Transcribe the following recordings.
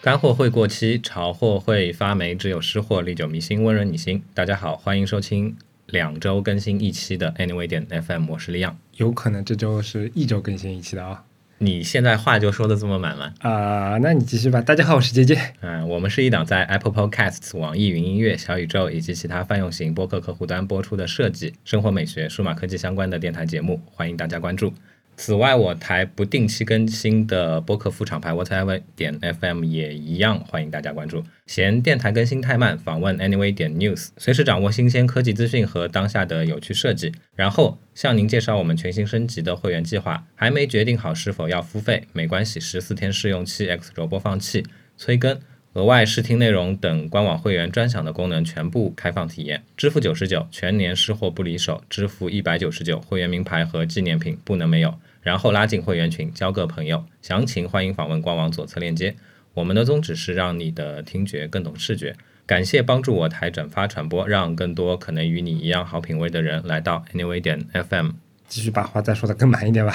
干货会过期，潮货会发霉，只有湿货历久弥新，温润你心。大家好，欢迎收听两周更新一期的 Anyway 点 FM，我是李阳。有可能这周是一周更新一期的啊、你现在话就说的这么满了，啊、那你继续吧。大家好，我是杰杰。嗯、我们是一档在 Apple Podcasts、网易云音乐、小宇宙以及其他泛用型播客客户端播出的设计、生活美学、数码科技相关的电台节目，欢迎大家关注。此外，我台不定期更新的播客副厂牌 Whatever 点 FM 也一样，欢迎大家关注。嫌电台更新太慢，访问 Anyway 点 News，随时掌握新鲜科技资讯和当下的有趣设计。然后向您介绍我们全新升级的会员计划，还没决定好是否要付费，没关系，十四天试用期、X 轴播放器、催更。额外试听内容等官网会员专享的功能全部开放体验，支付九十九，全年湿货不离手；支付一百九十九，会员名牌和纪念品不能没有。然后拉进会员群，交个朋友。详情欢迎访问官网左侧链接。我们的宗旨是让你的听觉更懂视觉。感谢帮助我台转发传播，让更多可能与你一样好品味的人来到 Anyway 点 FM。继续把话再说的更满一点吧。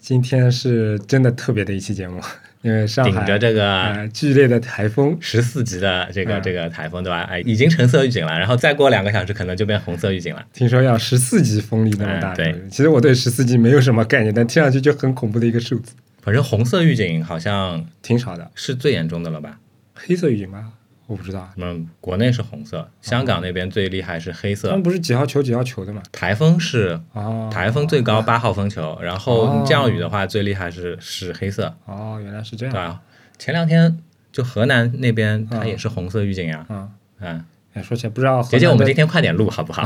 今天是真的特别的一期节目， 因为上顶海着这个呃剧烈的台风，十四级的这个嗯这个台风，对吧？哎，已经橙色预警了，然后再过两个小时可能就变红色预警了。听说要十四级风力那么大。嗯对，其实我对十四级没有什么概念，但听上去就很恐怖的一个数字，反正红色预警好像挺少的。是最严重的了吧？黑色雨林吗？我不知道。嗯，国内是红色，香港那边最厉害是黑他色们。不是几号球几号球的吗？台风是哦，台风最高八号风球，然后哦降雨的话最厉害是是黑色，哦，原来是对这样。吧？前两天就河南那边它嗯也是红色预警呀，嗯，嗯，哎，说起来不知道河姐姐，南我们的今天快点录好不好？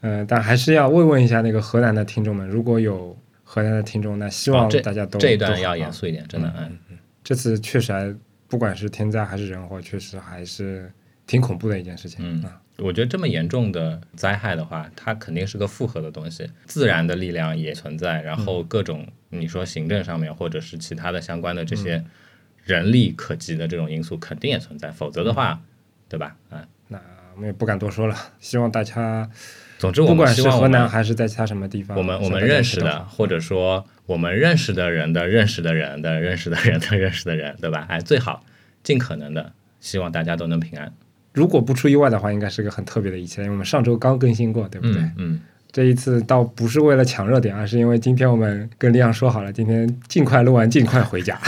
嗯，但还是要慰问一下那个河南的听众们，如果有河南的听众，那 希望哦这大家都、这一都段好要啊严肃一点，真的，嗯，这次确实还不管是天灾还是人祸，确实还是挺恐怖的一件事情。嗯啊我觉得这么严重的灾害的话，它肯定是个复合的东西，自然的力量也存在，然后各种你说行政上面或者是其他的相关的这嗯些人力可及的这种因素肯定也存在，否则的话，对嗯吧？啊，那我们也不敢多说了，希望大家总之我不们管希是望我河嗯南们还是在其他什么地方，我们我希望们大家认都识懂的，或者说我们认识的人的认识的人的认识的人的认识的人，对吧？哎，最好尽可能的，希望大家都能平安。如果不出意外的话，应该是个很特别的一期，因为我们上周刚更新过，对不对？嗯嗯，这一次倒不是为了抢热点，而是因为今天我们跟李阳说好了，今天尽快录完，尽快回家。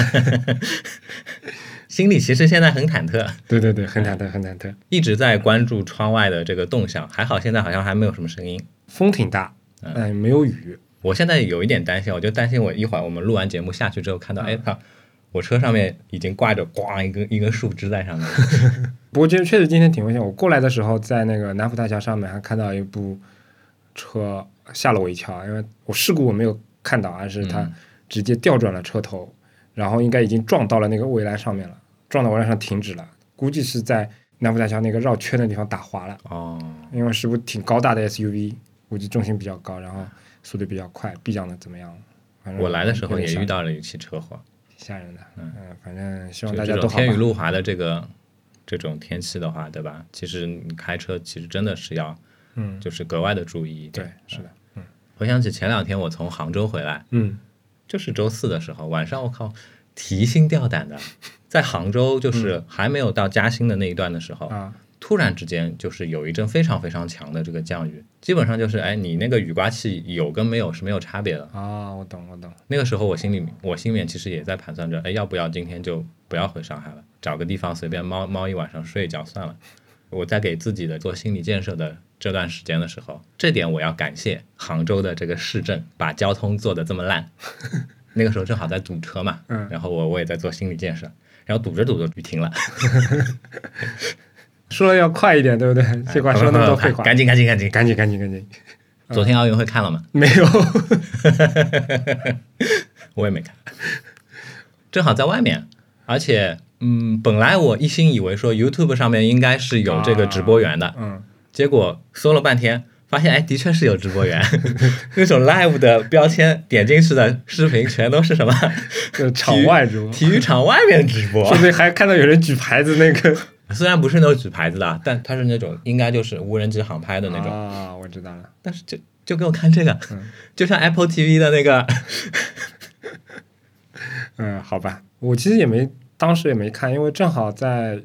心里其实现在很忐忑。对对对，很忐忑，很忐忑。一直在关注窗外的这个动向，还好现在好像还没有什么声音。风挺大，嗯但没有雨。我现在有一点担心，我就担心我一会儿我们录完节目下去之后，看到嗯哎靠，我车上面已经挂着咣一根一根树枝在上面了。不过今确实今天挺危险。我过来的时候，在那个南浦大桥上面还看到一部车，吓了我一跳，因为我事故我没有看到，而是它嗯直接调转了车头，然后应该已经撞到了那个围栏上面了，撞到围栏上停止了，估计是在南浦大桥那个绕圈的地方打滑了。哦，因为是部挺高大的 SUV，估计重心比较高，然后速度比较快，避让的怎么样？反正 我来的时候也遇到到了一起车祸，吓人的，嗯、反正希望就大这家种都好吧天雨。路滑的这个这种天气的话，对吧？其实你开车其实真的是要嗯，就是格外的注意一点。对，是的，回想起前两天我从杭州回来，嗯就是周四的时候晚上，我靠，提心吊胆的，在杭州就是还没有到嘉兴的那一段的时候，啊，突然之间就是有一阵非常非常强的这个降雨，基本上就是哎，你那个雨刮器有跟没有是没有差别的。哦，我懂，我懂，那个时候我心里我心里面其实也在盘算着，哎，要不要今天就不要回上海了，找个地方随便猫猫一晚上睡一觉算了。我在给自己的做心理建设的这段时间的时候，这点我要感谢杭州的这个市政，把交通做得这么烂。 那个时候正好在堵车嘛，嗯然后我我也在做心理建设，然后堵着堵着雨停了，说了要快一点，对不对？这话说那么多废 话，嗯赶紧赶紧赶紧！哎赶紧，赶紧，赶紧，昨天奥运会看了吗？没有，我也没看， 正好在外面，而且嗯，本来我一心以为说 YouTube 上面应该是有这个直播源的，嗯，结果搜了半天，发现哎，的确是有直播源， 那种 Live 的标签点进去的视频全都 是什么就是场外直播，体育场外面直播说不，定还看到有人举牌子那个虽然不是那种举牌子的，啊但它是那种应该就是无人机航拍的那种，啊，嗯我知道了，但是就就给我看这个，就像 Apple TV 的那个，嗯，好吧，我其实也没当时也没看，因为正好在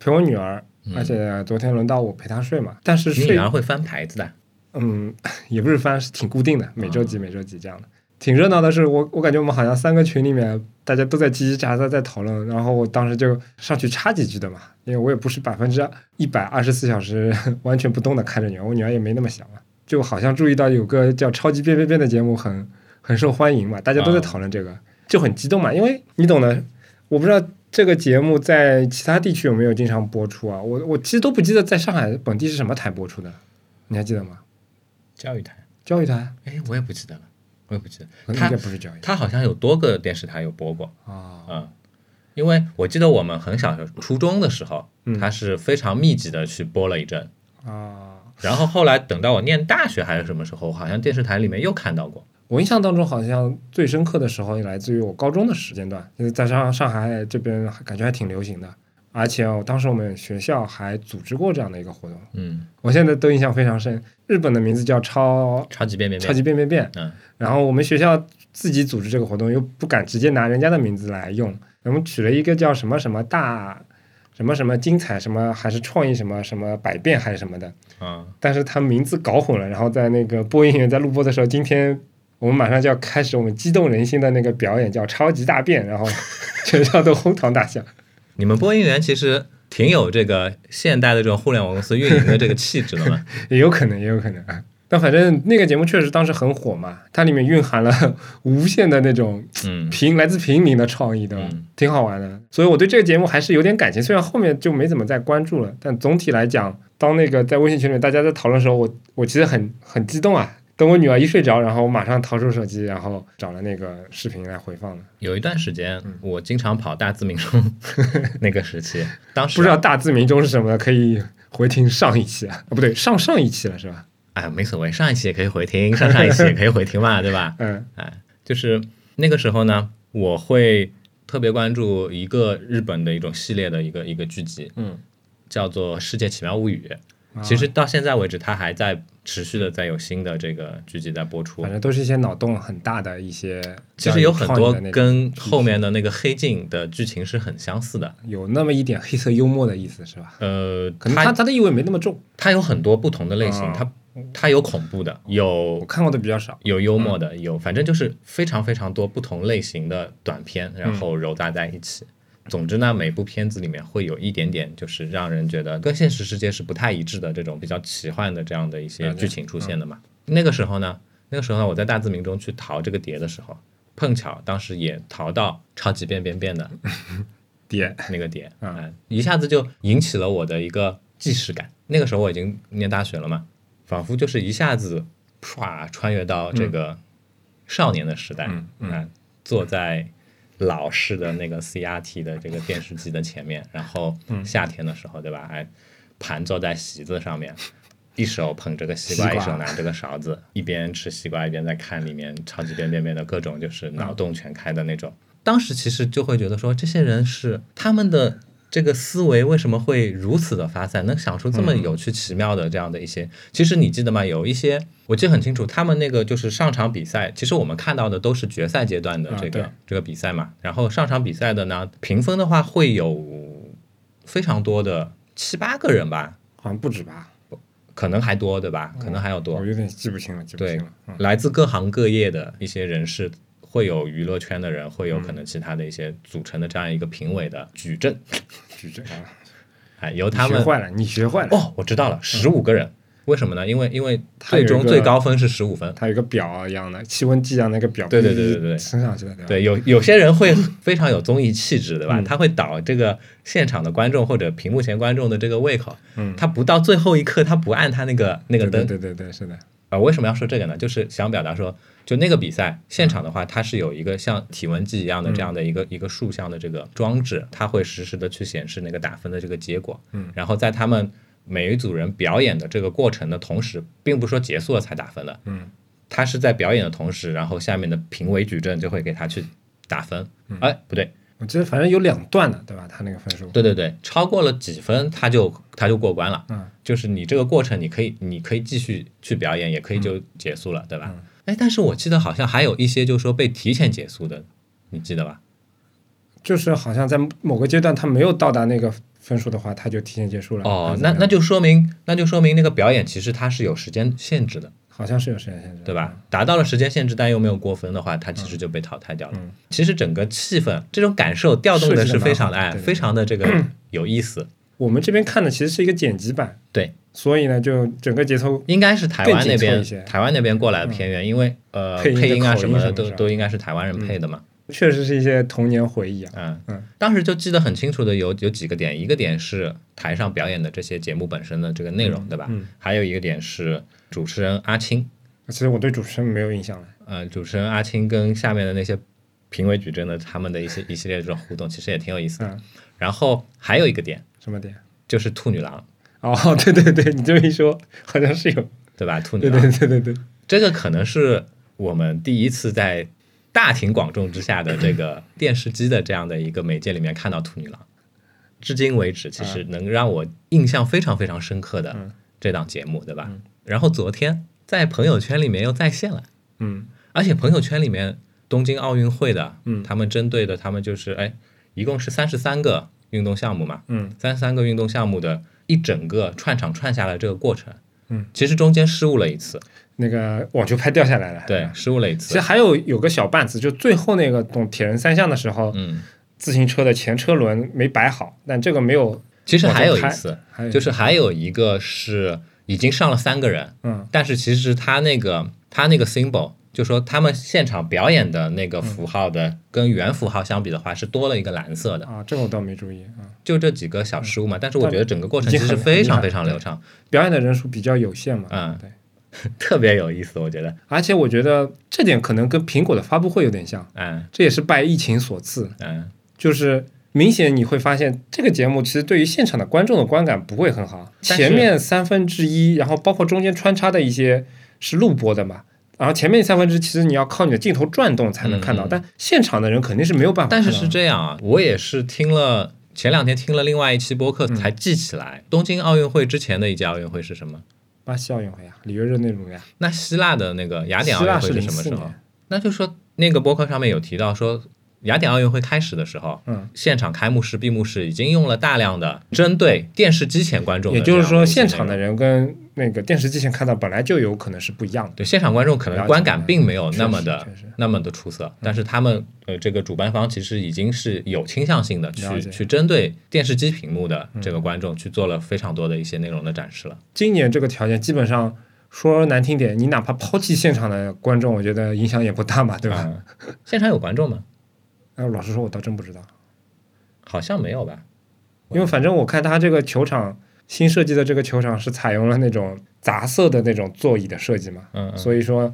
陪我女儿，而且昨天轮到我陪她睡嘛。但 是你女睡，儿会翻牌子的，嗯， 也不是翻，是挺固定的，每周几每周几这样的。挺热闹的是，我我感觉我们好像三个群里面大家都在叽叽喳喳在讨论，然后我当时就上去插几句的嘛，因为我也不是百分之一百二十四小时 完全不动的看着女儿，我女儿也没那么想嘛，就好像注意到有个叫《超级变变变》的节目很很受欢迎嘛，大家都在啊讨论这个，就很激动嘛，因为你懂的，我不知道这个节目在其他地区有没有经常播出啊，我我其实都不记得在上海本地是什么台播出的，你还记得吗？教育台，教育台，哎，我也不记得了，我也不记得，呃应他该不是教育台他好像有多个电视台有播过，啊，嗯，因为我记得我们很小的时候初中的时候，嗯他是非常密集的去播了一阵，啊。然后后来等到我念大学还是什么时候，好像电视台里面又看到过，我印象当中，好像最深刻的时候也来自于我高中的时间段，就是在上上海这边还感觉还挺流行的，而且哦、当时我们学校还组织过这样的一个活动，嗯，我现在都印象非常深。日本的名字叫超超级变变超变，级变变变，嗯然后我们学校自己组织这个活动，又不敢直接拿人家的名字来用，我们取了一个叫什么什么大什么什么精彩什么还是创意什么什么百变还是什么的，啊，但是他名字搞混了，然后在那个播音员在录播的时候，今天我们马上就要开始我们激动人心的那个表演，叫《超级大变》，然后全校都哄堂大笑。你们播音员其实挺有这个现代的这种互联网公司运营的这个气质的 嘛，也有可能，也有可能啊。但反正那个节目确实当时很火嘛，它里面蕴含了无限的那种嗯平来自平民的创意，对吧？嗯挺好玩的。所以我对这个节目还是有点感情，虽然后面就没怎么再关注了，但总体来讲，当那个在微信群里面大家在讨论的时候，我我其实很很激动啊。等我女儿一睡着，然后我马上掏出手机，然后找了那个视频来回放了。有一段时间，嗯我经常跑大自民中 那个时期，当时不知道大字民中是什么的，可以回听上一期 啊，啊不对，上上一期了是吧？哎，没所谓，上一期也可以回听，上上一期也可以回听嘛，对吧？嗯哎，就是那个时候呢，我会特别关注一个日本的一种系列的一个一个剧集，嗯，叫做《世界奇妙物语》。啊其实到现在为止，它还在持续的在有新的这个剧集在播出反。正都是一些脑洞很大的一些其教实育创意的那种，有很多跟后面的那个《黑镜》的剧情是很相似的。有那么一点黑色幽默的意思是吧？呃，可能它它它的意味没那么重，它有很多不同的类型，啊它它有恐怖的，有我看过的比较少。有幽默嗯的，有反正就是非常非常多不同类型的短片，然嗯后揉杂在一起。总之呢，每部片子里面会有一点点，就是让人觉得跟现实世界是不太一致的这种比较奇幻的这样的一些了解嗯剧情出现的嘛。那个时候呢，那个时候呢，我在大自民中去淘这个碟的时候，碰巧当时也淘到《超级变变变》的点那个点，嗯嗯，一下子就引起了我的一个既视感。那个时候我已经念大学了嘛，仿佛就是一下子唰穿越到这个少年的时代，嗯嗯啊坐在老式的那个 CRT 的这个电视机的前面，然后嗯夏天的时候，对吧？还盘坐在席子上面。一手捧着个西瓜，西瓜一手拿着个勺子，一边吃西瓜一边在看里面超级变变变的各种就是脑洞全开的那种。嗯当时其实就会觉得说，这些人是他们的这个思维为什么会如此的发散，能想出这么有趣奇妙的这样的一些？其实你记得吗？有一些我记得很清楚，他们那个就是上场比赛，其实我们看到的都是决赛阶段的啊这个、对这个比赛嘛。然后上场比赛的呢，评分的话会有非常多的七八个人吧，好像不止吧，可能还多对吧？可能还要多。我有点记不清了，记不对清了。嗯，来自各行各业的一些人士，会有娱乐圈的人，会有可能其他的一些组成的这样一个评委的矩阵，矩阵啊，哎，由你他学们坏了，你学坏了。哦，我知道了，十五个人，为什么呢？因为因为他最有一终个最高分是十五分，它有一个表一样的，气温计一样啊的一个表，对对对对对升上去的，对吧？对，有有些人会 非常有综艺气质，对吧？嗯他会导这个现场的观众或者屏幕前观众的这个胃口，嗯他不到最后一刻他不按他那个那个对灯对对对对，是的，啊，为什么要说这个呢？就是想表达说，就那个比赛现场的话，它是有一个像体温计一样的这样的一个、一个竖向的这个装置，它会实时的去显示那个打分的这个结果。嗯，然后在他们每一组人表演的这个过程的同时，并不是说结束了才打分的，嗯，他是在表演的同时，然后下面的评委矩阵就会给他去打分。哎，不对，我记得反正有两段的，对吧？它那个分数，对对对，超过了几分，他就他就过关了。嗯，就是你这个过程，你可以你可以继续去表演，也可以就嗯结束了，对吧？哎，但是我记得好像还有一些就是说被提前结束的，你记得吧？就是好像在某个阶段他没有到达那个分数的话，他就提前结束了。还哦是，怎那么样那就说明，那就说明那个表演其实它是有时间限制的，好像是有时间限制，对吧？达到了时间限制，但又没有过分的话，它其实就被淘汰掉了。嗯其实整个气氛这种感受调动的设计是得非常的蛮好哎，对对非常的这个有意思。我们这边看的其实是一个剪辑版，对，所以呢，就整个节奏应该是台湾那更紧凑边一些嗯台湾那边过来的片源，因为呃配音的配音啊口音什么什的么都是吧都应该是台湾人配的嘛。确实是一些童年回忆啊。嗯嗯，当时就记得很清楚的有有几个点，一个点是台上表演的这些节目本身的这个内容，对吧？嗯还有一个点是主持人阿青，其实我对主持人没有印象了，呃，主持人阿青跟下面的那些评委矩阵的他们的一些一系列这种互动，其实也挺有意思的。嗯，然后还有一个点什么点？就是兔女郎，哦，对对对，你这么一说，好像是有，对吧？兔女对郎对对对对，这个可能是我们第一次在大庭广众之下的这个电视机的这样的一个媒介里面看到兔女郎。至今为止，其实能让我印象非常非常深刻的嗯这档节目，对吧？然后昨天在朋友圈里面又再现了，嗯而且朋友圈里面东京奥运会的，嗯他们针对的他们就是哎，一共是三十三个运动项目嘛，嗯三十三个运动项目的一整个串场串下来这个过程，嗯，其实中间失误了一次，那个网球拍掉下来了，对，失误了一次，其实还有有个小绊子，就最后那个懂铁人三项的时候，嗯，自行车的前车轮没摆好，但这个没有，其实还有一往前次，还有就是还有一个是已经上了三个人，嗯但是其实他那个他那个 symbol，就说他们现场表演的那个符号嗯的跟原符号相比的话，是多了一个蓝色的，啊，这个我倒没注意啊。就这几个小失误嘛。但是我但觉得整个过程已其经实很非很厉常害非常对流畅，表演的人数比较有限嘛，嗯对。特别有意思，我觉得，而且我觉得这点可能跟苹果的发布会有点像，嗯这也是拜疫情所赐，嗯，就是明显你会发现这个节目其实对于现场的观众的观感不会很好。但是前面三分之一，然后包括中间穿插的一些是录播的嘛，然后前面三分之一其实你要靠你的镜头转动才能看到，嗯嗯但现场的人肯定是没有办法但看到是的。是这样啊，我也是听了前两天听了另外一期播客嗯才记起来，东京奥运会之前的一届奥运会是什么？巴西奥运会啊，里约热内卢呀，那希腊的那个雅典奥希运腊会是什么04时候年？那就说那个博客上面有提到说，雅典奥运会开始的时候，嗯，现场开幕式、闭幕式已经用了大量的针对电视机前观众的也这就样一是些内容，说现场的人跟那个电视机前看到本来就有可能是不一样的。对现场观众可能观感并没有哦那么了的解嗯了解确实确实那么的出色，但是他们呃这个主办方其实已经是有倾向性的去了解嗯去针对电视机屏幕的这个观众去做了非常多的一些内容的展示了。今年这个条件基本上说难听点，你哪怕抛弃现场的观众，我觉得影响也不大嘛，对吧？嗯，现场有观众吗？那、老实说，我倒真不知道。好像没有吧？因为反正我看它这个球场新设计的这个球场是采用了那种杂色的那种座椅的设计嘛，嗯嗯所以说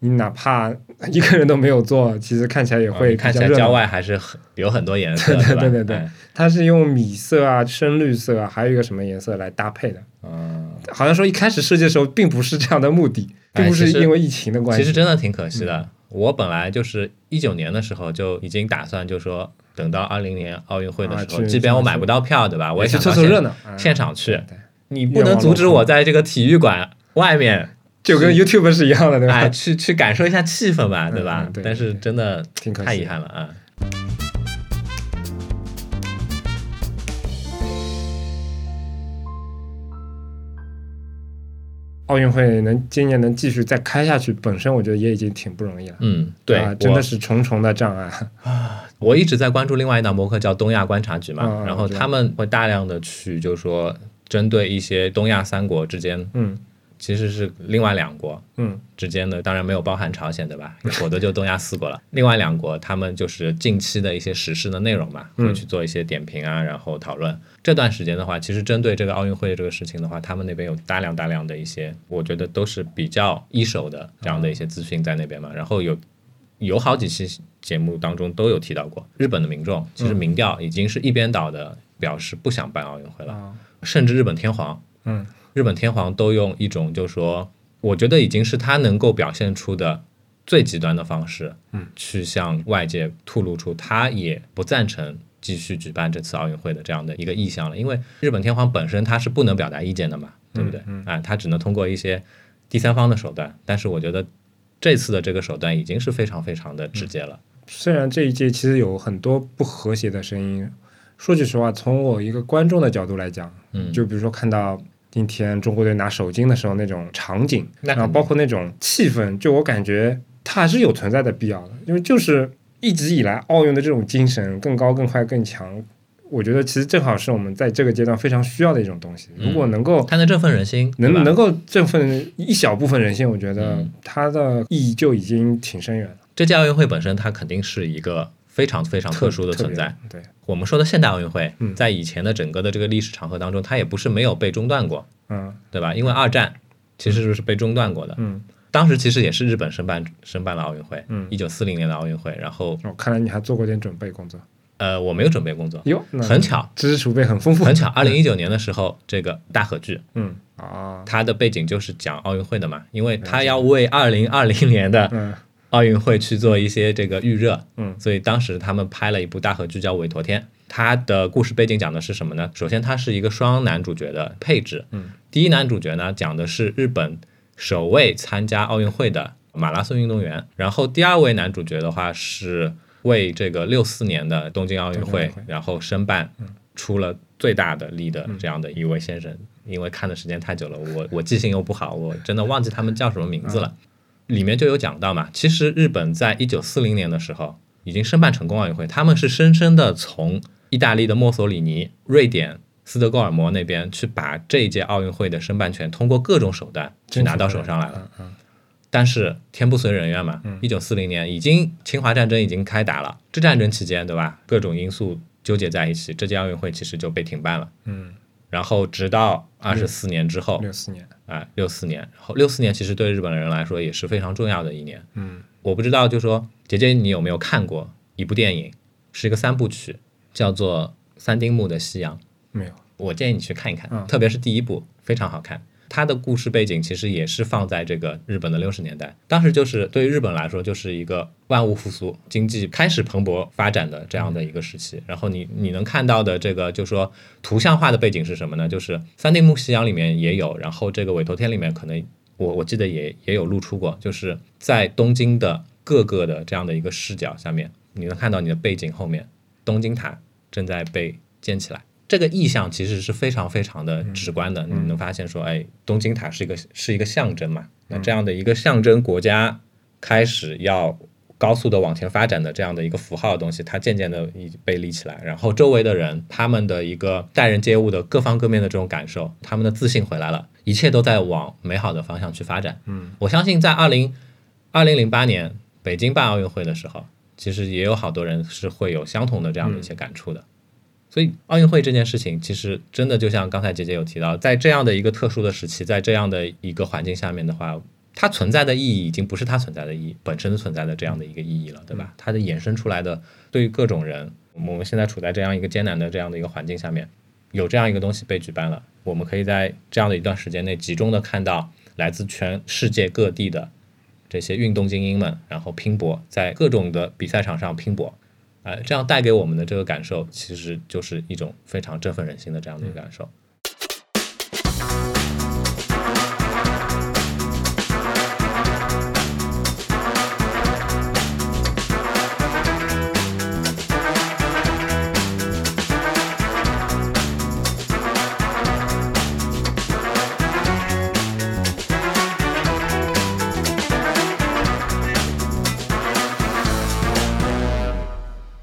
你哪怕 一个人都没有坐，其实看起来也嗯会看比起较来热郊闹。外还是很有很多颜色，对吧？对对对哎，它是用米色啊、深绿色啊，还有一个什么颜色来搭配的。嗯，好像说一开始设计的时候并不是这样的目的，哎并不是其实因为疫情的关其系。嗯实真的挺可惜的。我本来就是一九年的时候就已经打算，就说等到二零年奥运会的啊时候，去即便我买不到票，对吧？我也去想凑到凑热现闹，嗯现场去对，你不能阻止我在这个体育馆外面，就跟 YouTube 是一样的，对哎，吧？去去感受一下气氛吧，嗯对吧嗯？对但是真的挺可惜太遗憾了啊。奥运会能今年能继续再开下去，本身我觉得也已经挺不容易了。嗯，对啊，，真我的是重重的障碍。我一直在关注另外一档博客叫东亚观察局嘛，嗯嗯然后我知道他们会大量的去就是说针对一些东亚三国之间，嗯其实是另外两国，嗯之间的，当然没有包含朝鲜，对吧？否则就东亚四国了。 另外两国，他们就是近期的一些时事的内容嘛，嗯会去做一些点评啊，然后讨论。这段时间的话，其实针对这个奥运会这个事情的话，他们那边有大量大量的一些，我觉得都是比较一手的这样的一些资讯在那边嘛。然后有有好几期节目当中都有提到过，日本的民众其实民调已经是一边倒的表示不想办奥运会了，啊甚至日本天皇嗯日本天皇都用一种就说，我觉得已经是他能够表现出的最极端的方式，嗯，去向外界吐露出他也不赞成继续举办这次奥运会的这样的一个意向了。因为日本天皇本身他是不能表达意见的嘛，对不对？嗯啊，他只能通过一些第三方的手段。但是我觉得这次的这个手段已经是非常非常的直接了。虽然这一届其实有很多不和谐的声音，说句实话，从我一个观众的角度来讲，嗯，就比如说看到今天中国队拿首金的时候那种场景，那肯定然后包括那种气氛，就我感觉它还是有存在的必要的，因为就是一直以来奥运的这种精神，更高、更快、更强，我觉得其实正好是我们在这个阶段非常需要的一种东西。嗯如果能够看得振奋人心，能对吧能够振奋一小部分人心，我觉得嗯它的意义就已经挺深远了，这届奥运会本身它肯定是一个非常非常特殊的嗯特存别在。。对，我们说的现代奥运会嗯，在以前的整个的这个历史长河当中，它也不是没有被中断过，嗯对吧？因为二战其实是被中断过的，嗯，当时其实也是日本申办申办了奥运会嗯，一九四零年的奥运会。然后我、看来你还做过点准备工作。呃，我没有准备工作，哟，那很巧，知识储备很丰富。很 巧，二零一九年的时候，这个大和剧嗯啊，它的背景就是讲奥运会的嘛，因为它要为二零二零年的嗯奥运会去做一些这个预热，嗯所以当时他们拍了一部大合剧叫《韦陀天》，它的故事背景讲的是什么呢？首先，它是一个双男主角的配置，嗯，第一男主角呢讲的是日本首位参加奥运会的马拉松运动员，然后第二位男主角的话是为这个六四年的东京奥运东京奥会运会嗯然后申办出了最大的力的这样的一位先生。因为看的时间太久了，我我记性又不好，我真的忘记他们叫什么名字了。里面就有讲到嘛，其实日本在一九四零年的时候已经申办成功奥运会，他们是深深的从意大利的墨索里尼、瑞典斯德哥尔摩那边去把这一届奥运会的申办权通过各种手段去拿到手上来了。嗯嗯但是天不遂人愿嘛，一九四零年已经侵华战争已经开打了，这战争期间对吧，各种因素纠结在一起，这届奥运会其实就被停办了。嗯，然后直到二十四年之后六四年，啊，六四、年，然后六四年其实对日本人来说也是非常重要的一年。嗯我不知道，就说姐姐你有没有看过一部电影，是一个三部曲，叫做《三丁目的夕阳》。没有，我建议你去看一看，嗯特别是第一部非常好看。它的故事背景其实也是放在这个日本的六十年代，当时就是对于日本来说，就是一个万物复苏、经济开始蓬勃发展的这样的一个时期。然后你你能看到的这个，就说图像化的背景是什么呢？就是《三丁目夕阳》里面也有，然后这个《委托天》里面可能我我记得也也有露出过，就是在东京的各个的这样的一个视角下面，你能看到你的背景后面东京塔正在被建起来。这个意象其实是非常非常的直观的，你能发现说，哎，东京塔是一个是一个象征嘛？那这样的一个象征国家开始要高速的往前发展的这样的一个符号的东西，它渐渐的已被立起来，然后周围的人他们的一个待人接物的各方各面的这种感受，他们的自信回来了，一切都在往美好的方向去发展。嗯，我相信在二零二零零八年北京办奥运会的时候，其实也有好多人是会有相同的这样的一些感触的。所以奥运会这件事情，其实真的就像刚才姐姐有提到，在这样的一个特殊的时期，在这样的一个环境下面的话，它存在的意义已经不是它存在的意义本身存在的这样的一个意义了，对吧？它的衍生出来的对于各种人，我们现在处在这样一个艰难的这样的一个环境下面，有这样一个东西被举办了，我们可以在这样的一段时间内集中的看到来自全世界各地的这些运动精英们，然后拼搏在各种的比赛场上拼搏，呃，这样带给我们的这个感受，其实就是一种非常振奋人心的这样的一个感受。嗯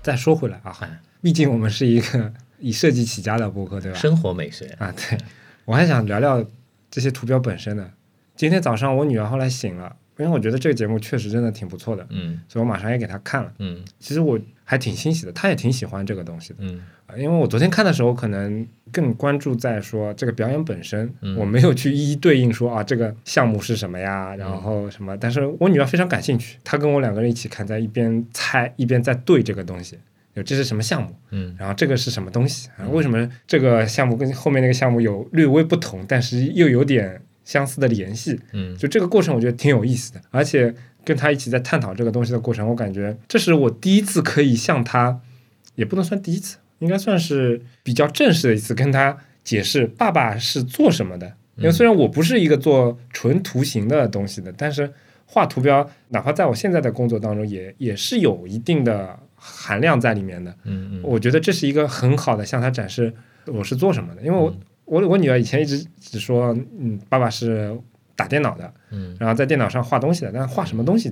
再说回来哎啊，毕竟我们是一个以设计起家的博客，对吧？生活美学，啊，对，我还想聊聊这些图标本身的。今天早上我女儿后来醒了，因为我觉得这个节目确实真的挺不错的，嗯所以我马上也给她看了。嗯其实我还挺欣喜的，她也挺喜欢这个东西的。嗯呃因为我昨天看的时候，可能更关注在说这个表演本身，嗯我没有去一一对应说啊这个项目是什么呀，然后什么。但是我女儿非常感兴趣，她跟我两个人一起看，在一边猜一边在对这个东西，就这是什么项目，嗯然后这个是什么东西，啊为什么这个项目跟后面那个项目有略微不同，但是又有点相似的联系。嗯就这个过程，我觉得挺有意思的，而且跟他一起在探讨这个东西的过程，我感觉这是我第一次可以向他，也不能算第一次，应该算是比较正式的一次跟他解释爸爸是做什么的。因为虽然我不是一个做纯图形的东西的，但是画图标，哪怕在我现在的工作当中也，也是有一定的含量在里面的。嗯嗯，我觉得这是一个很好的向他展示我是做什么的，因为我、我我女儿以前一直只说，嗯，爸爸是打电脑的，嗯，然后在电脑上画东西的，但画什么东西，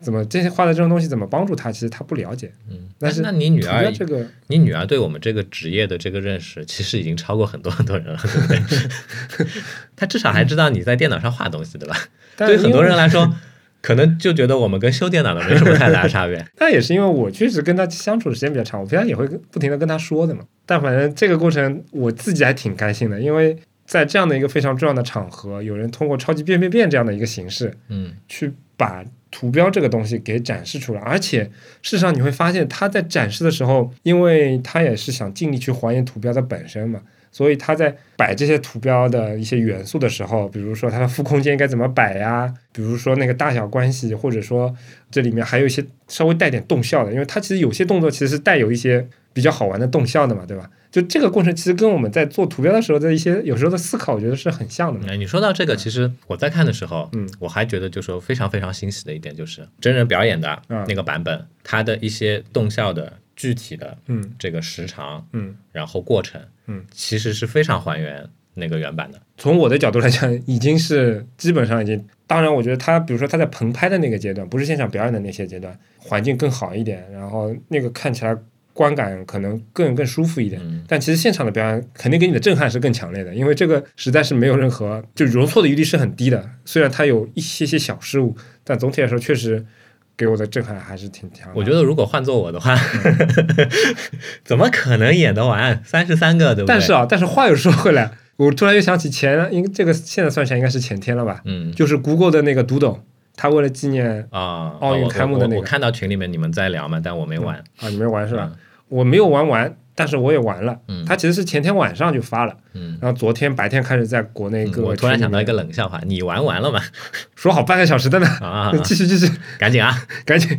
怎么这些画的这种东西怎么帮助他，其实他不了解。嗯，但但是那你女图标儿，这个你女儿对我们这个职业的这个认识，其实已经超过很多很多人了，对不对？ 她至少还知道你在电脑上画东西，对吧？但对因很为多人来说，可能就觉得我们跟修电脑的没什么太大差别。 那也是因为我确实跟他相处的时间比较长，我平常也会跟不停的跟他说的嘛。但反正这个过程我自己还挺开心的，因为在这样的一个非常重要的场合，有人通过超级变变变这样的一个形式嗯去把图标这个东西给展示出来，而且事实上你会发现他在展示的时候，因为他也是想尽力去还原图标的本身嘛。所以他在摆这些图标的一些元素的时候，比如说它的负空间该怎么摆呀，比如说那个大小关系，或者说这里面还有一些稍微带点动效的，因为它其实有些动作其实是带有一些比较好玩的动效的嘛，对吧？就这个过程其实跟我们在做图标的时候的一些有时候的思考，我觉得是很像的嘛。哎，你说到这个，其实我在看的时候，嗯我还觉得就说非常非常欣喜的一点就是，真人表演的嗯那个版本，它的一些动效的具体的嗯这个时长，嗯，然后过程，嗯，其实是非常还原那个原版的。从我的角度来讲，已经是基本上已经。当然，我觉得他，比如说他在棚拍的那个阶段，不是现场表演的那些阶段，环境更好一点，然后那个看起来观感可能更更舒服一点。嗯但其实现场的表演肯定给你的震撼是更强烈的，因为这个实在是没有任何就容错的余地是很低的。虽然它有一些些小失误，但总体来说确实给我的震撼还是挺强的。我觉得如果换做我的话，嗯 怎么可能演得完三十三个，对不对？但是啊，但是话又说回来，我突然又想起前，应这个现在算起来应该是前天了吧？嗯，就是 Google 的那个读懂，他为了纪念啊，奥运我开幕的我那个我我看到群里面你们在聊嘛，但我没玩，啊，你没玩是吧？我没有玩完，但是我也玩了。嗯它其实是前天晚上就发了，嗯。然后昨天白天开始在国内嗯各个、我突然想到一个，冷笑话，你玩完了吗？ 说好半个小时的呢，啊， 继续继续。赶紧 啊！赶紧，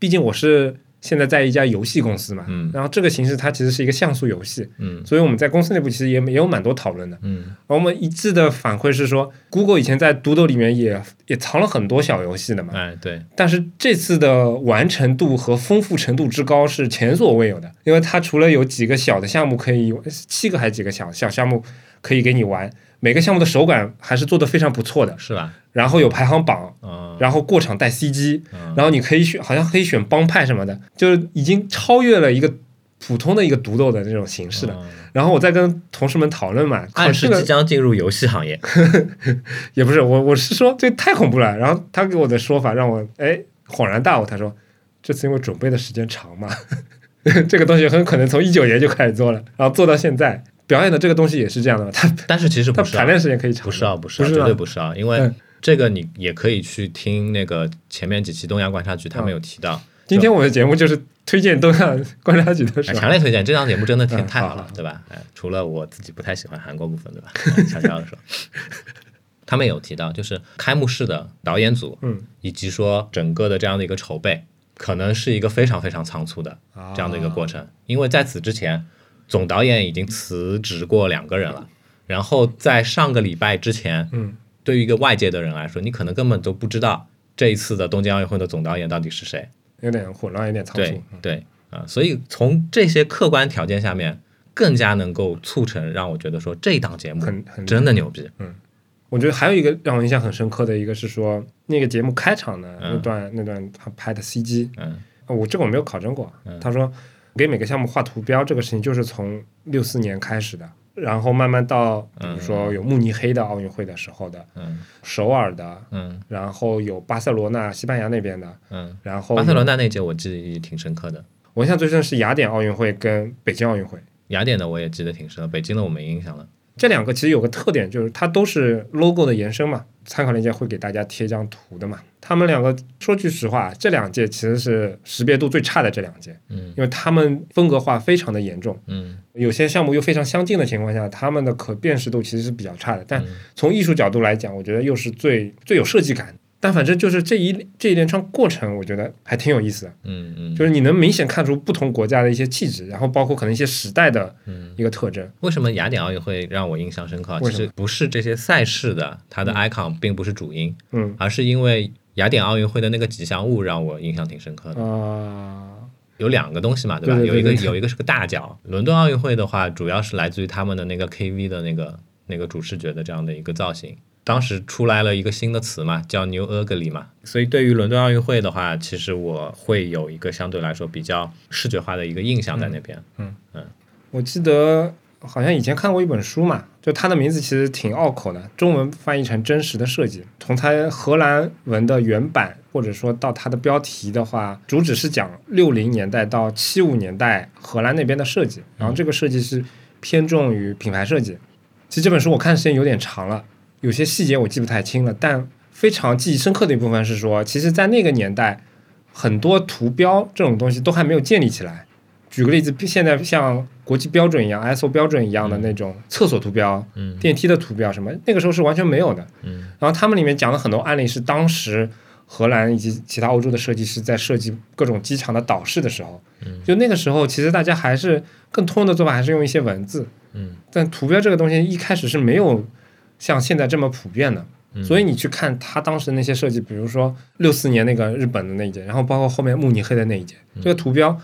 毕竟我是现在在一家游戏公司嘛，嗯然后这个形式它其实是一个像素游戏，嗯所以我们在公司内部其实也也有蛮多讨论的。嗯然后我们一致的反馈是说，Google 以前在独斗里面也也藏了很多小游戏的嘛，哎，对，但是这次的完成度和丰富程度之高是前所未有的，因为它除了有几个小的项目可以，七个还是几个小小项目可以给你玩，每个项目的手感还是做的非常不错的，是吧？然后有排行榜，嗯然后过场带 CG，嗯然后你可以选，好像可以选帮派什么的，就是已经超越了一个普通的一个独斗的那种形式了。嗯然后我在跟同事们讨论嘛，靠暗示这即个将进入游戏行业。也不是我，我是说这太恐怖了。然后他给我的说法让我哎恍然大悟，他说这次因为准备的时间长嘛， 这个东西很可能从一九年就开始做了，然后做到现在，表演的这个东西也是这样的嘛，它但是其实它不是啊排，练时间可以长，不是啊，不是不啊，是绝吗对不是啊，因为嗯这个你也可以去听那个前面几期东阳观察局，嗯他们有提到，今天我的节目就是推荐东亚观察局的哎 时候强，烈推荐这档节目，真的挺啊嗯太好好了好，对吧？哎，除了我自己不太喜欢韩国部分， 对吧？哎悄悄的说，他们有提到，就是开幕式的导演组嗯，以及说整个的这样的一个筹备，可能是一个非常非常仓促啊的啊这样的一哦个过程，因为在此之前，总导演已经辞职过两个人了，然后在上个礼拜之前，嗯，对于一个外界的人来说，你可能根本都不知道这一次的东京奥运会的总导演到底是谁，有点混乱，有点仓促对。对啊、所以从这些客观条件下面，更加能够促成让我觉得说这档节目很很真的牛逼，我觉得还有一个让我印象很深刻的一个是说，那个节目开场的嗯那段、那段他拍的 CG，嗯呃我这个我没有考证过。他说给每个项目画图标这个事情就是从六四年开始的，然后慢慢到比如说有慕尼黑的奥运会的时候的，嗯首尔的，嗯然后有巴塞罗那西班牙那边的，嗯，然后巴塞罗那那届我记忆挺深刻的。我印象最深是雅典奥运会跟北京奥运会。雅典的我也记得挺深的，北京的我没印象了。这两个其实有个特点，就是它都是 logo 的延伸嘛。参考链接会给大家贴一张图的嘛。他们两个说句实话，这两届其实是识别度最差的这两届，嗯因为他们风格化非常的严重，嗯有些项目又非常相近的情况下，他们的可辨识度其实是比较差的。但嗯从艺术角度来讲，我觉得又是最最有设计感。但反正就是这一这一连串过程，我觉得还挺有意思的，嗯嗯，就是你能明显看出不同国家的一些气质，然后包括可能一些时代的嗯一个特征。为什么雅典奥运会让我印象深刻啊？为其什么实不是这些赛事的它的 icon 并不是主因，嗯而是因为雅典奥运会的那个吉祥物让我印象挺深刻的。啊，有两个东西嘛，对吧？嗯对对对有一对个有一个是个大奖。伦敦奥运会的话，主要是来自于他们的那个 KV 的那个那个主视觉的这样的一个造型。当时出来了一个新的词嘛，叫 New Ugly 嘛，所以对于伦敦奥运会的话，其实我会有一个相对来说比较视觉化的一个印象在那边。我记得好像以前看过一本书嘛，就它的名字其实挺拗口的，中文翻译成“真实的设计”。从它荷兰文的原版，或者说到它的标题的话，主旨是讲六零年代到七五年代荷兰那边的设计，然后这个设计是偏重于品牌设计。其实这本书我看时间有点长了，有些细节我记不太清了，但非常记忆深刻的一部分是说，其实，在那个年代，很多图标这种东西都还没有建立起来。举个例子，现在像国际标准一样、ISO 标准一样的那种厕所图标、嗯电梯的图标什么，那个时候是完全没有的。嗯然后他们里面讲了很多案例，是当时荷兰以及其他欧洲的设计师在设计各种机场的岛式的时候，嗯就那个时候，其实大家还是更通用的做法还是用一些文字，嗯但图标这个东西一开始是没有像现在这么普遍的，嗯所以你去看他当时的那些设计，比如说六四年那个日本的那一件，然后包括后面慕尼黑的那一件，这个图标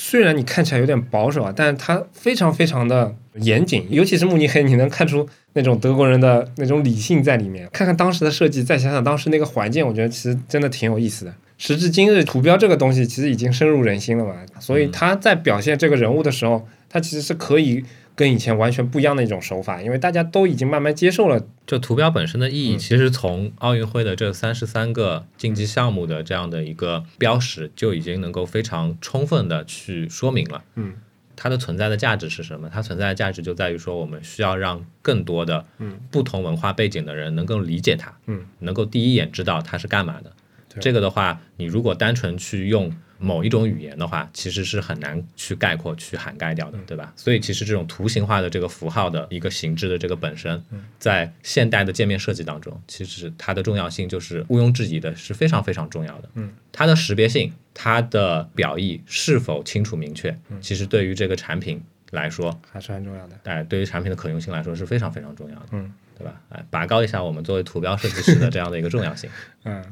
虽然你看起来有点保守啊，但是它非常非常的严谨，尤其是慕尼黑，你能看出那种德国人的那种理性在里面。看看当时的设计，再想想当时那个环境，我觉得其实真的挺有意思的。时至今日，图标这个东西其实已经深入人心了嘛，所以他在表现这个人物的时候，他其实是可以跟以前完全不一样的一种手法，因为大家都已经慢慢接受了就图标本身的意义，其实从奥运会的这三十三个竞技项目的这样的一个标识，就已经能够非常充分的去说明了，嗯，它的存在的价值是什么？它存在的价值就在于说，我们需要让更多的嗯不同文化背景的人能够理解它，嗯，能够第一眼知道它是干嘛的。对这个的话，你如果单纯去用某一种语言的话，其实是很难去概括、去涵盖掉嗯的，对吧？所以其实这种图形化的这个符号的一个形制的这个本身，嗯在现代的界面设计当中，其实它的重要性就是毋庸置疑的，是非常非常重要的。嗯，它的识别性、它的表意是否清楚明确，嗯其实对于这个产品来说，还是很重要的。哎、对于产品的可用性来说是非常非常重要的。嗯，对吧？哎，拔高一下我们作为图标设计师的这样的一个重要性。 嗯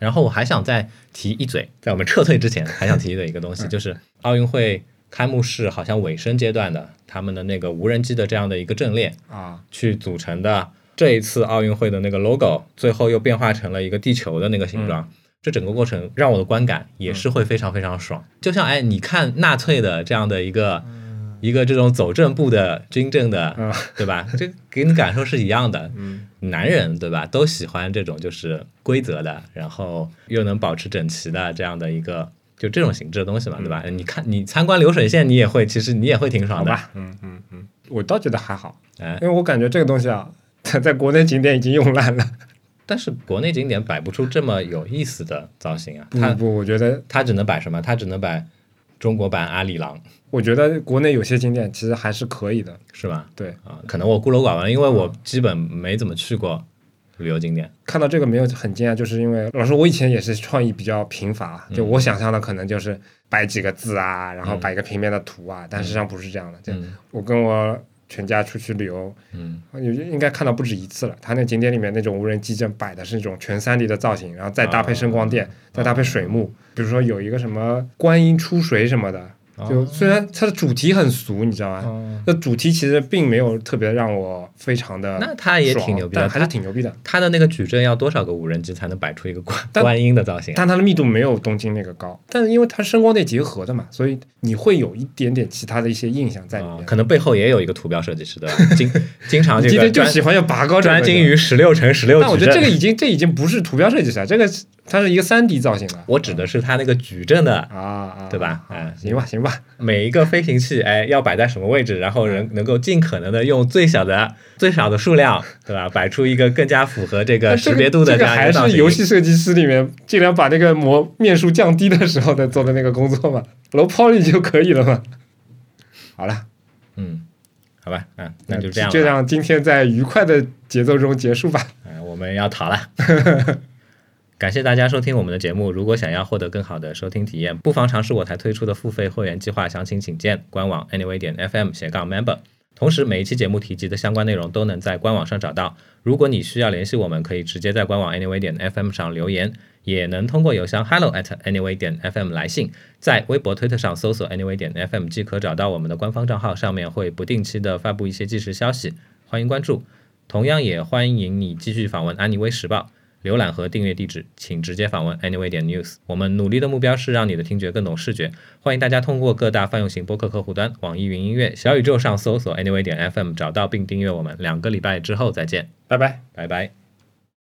然后我还想再提一嘴，在我们撤退之前，还想提的一个东西，就是奥运会开幕式好像尾声阶段的他们的那个无人机的这样的一个阵列啊，去组成的。这一次奥运会的那个 logo 最后又变化成了一个地球的那个形状，嗯这整个过程让我的观感也是会非常非常爽。就像哎，你看纳粹的这样的一个、一个这种走正步的军政的，嗯对吧？这给你感受是一样的。嗯男人对吧，都喜欢这种就是规则的，然后又能保持整齐的这样的一个就这种形制的东西嘛，对吧？你看你参观流水线，你也会，其实你也会挺爽嗯好的。吧，嗯嗯嗯，我倒觉得还好，哎因为我感觉这个东西啊，在在国内景点已经用烂了。但是国内景点摆不出这么有意思的造型啊，不它不，我觉得它只能摆什么？它只能摆中国版阿里郎我觉得国内有些景点其实还是可以的。是吧？对，啊，可能我孤陋寡闻，因为我基本没怎么去过旅游景点。看到这个没有很惊讶，就是因为老师我以前也是创意比较贫乏，嗯就我想象的可能就是摆几个字啊，然后摆一个平面的图啊，但实际上不是这样的。就嗯我跟我全家出去旅游，嗯啊有应该看到不止一次了。它那景点里面那种无人机正摆的是那种全3 D 的造型，然后再搭啊配声光嗯电，再搭配水幕。比如说有一个什么观音出水什么的，就虽然它的主题很俗，你知道吗？哦，那主题其实并没有特别让我非常的那它也挺爽牛逼的但还是挺牛逼的。它的那个矩阵要多少个无人机才能摆出一个观但观音的造型啊？但它的密度没有东京那个高，但是因为它声光电结合的嘛，所以你会有一点点其他的一些印象在里啊面。可能背后也有一个图标设计 师的，经经常你这今个天就专喜欢要拔高这专个精于十六乘十六矩阵。但我觉得这个已经这已经不是图标设计师了，这个是它是一个3 D 造型 了。我指的是它那个矩阵的啊啊，对吧啊哎行吧，行吧，每一个飞行器，哎，要摆在什么位置，然后人能够尽可能的用最小的最少的数量，对吧？摆出一个更加符合这那个这识个别度的这个样一还个造是型。游戏设计师里面尽量把那个模面数降低的时候的做的那个工作嘛，楼抛里就可以了嘛。好了，嗯，好吧，嗯，那就这样吧，就这样，今天在愉快的节奏中结束吧。哎我们要逃了。 感谢大家收听我们的节目。如果想要获得更好的收听体验，不妨尝试我台推出的付费会员计划，详情请见官网 anyway 点 fm 斜杠 member。同时，每一期节目提及的相关内容都能在官网上找到。如果你需要联系我们，可以直接在官网 anyway 点 fm 上留言，也能通过邮箱 hello at anyway 点 fm 来信。在微博、推特上搜索 anyway 点 fm 即可找到我们的官方账号，上面会不定期的发布一些即时消息，欢迎关注。同样也欢迎你继续访问安妮微时报，浏览和订阅地址，请直接访问 anyway 点 news。我们努力的目标是让你的听觉更懂视觉，欢迎大家通过各大泛用型播客客户端、网易云音乐、小宇宙上搜索 anyway 点 FM 找到并订阅我们。两个礼拜之后再见，拜拜。拜拜。